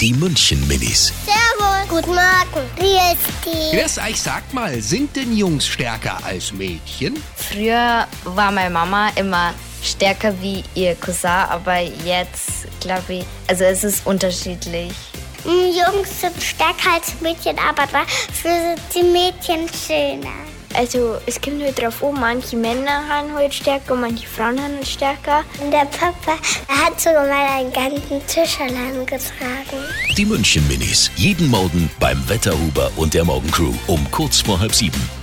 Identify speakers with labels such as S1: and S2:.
S1: Die München-Minis.
S2: Servus. Guten Morgen. Wie ist die?
S3: Chris, ich sag mal, sind denn Jungs stärker als Mädchen?
S4: Früher war meine Mama immer stärker wie ihr Cousin, aber jetzt glaube ich, also es ist unterschiedlich.
S2: Hm, Jungs sind stärker als Mädchen, aber dafür sind die Mädchen schöner.
S5: Also es kommt halt drauf an, manche Männer haben halt stärker, manche Frauen haben halt stärker.
S2: Und der Papa er hat sogar mal einen ganzen Tisch allein getragen.
S1: Die München-Minis. Jeden Morgen beim Wetterhuber und der Morgencrew um kurz vor halb sieben.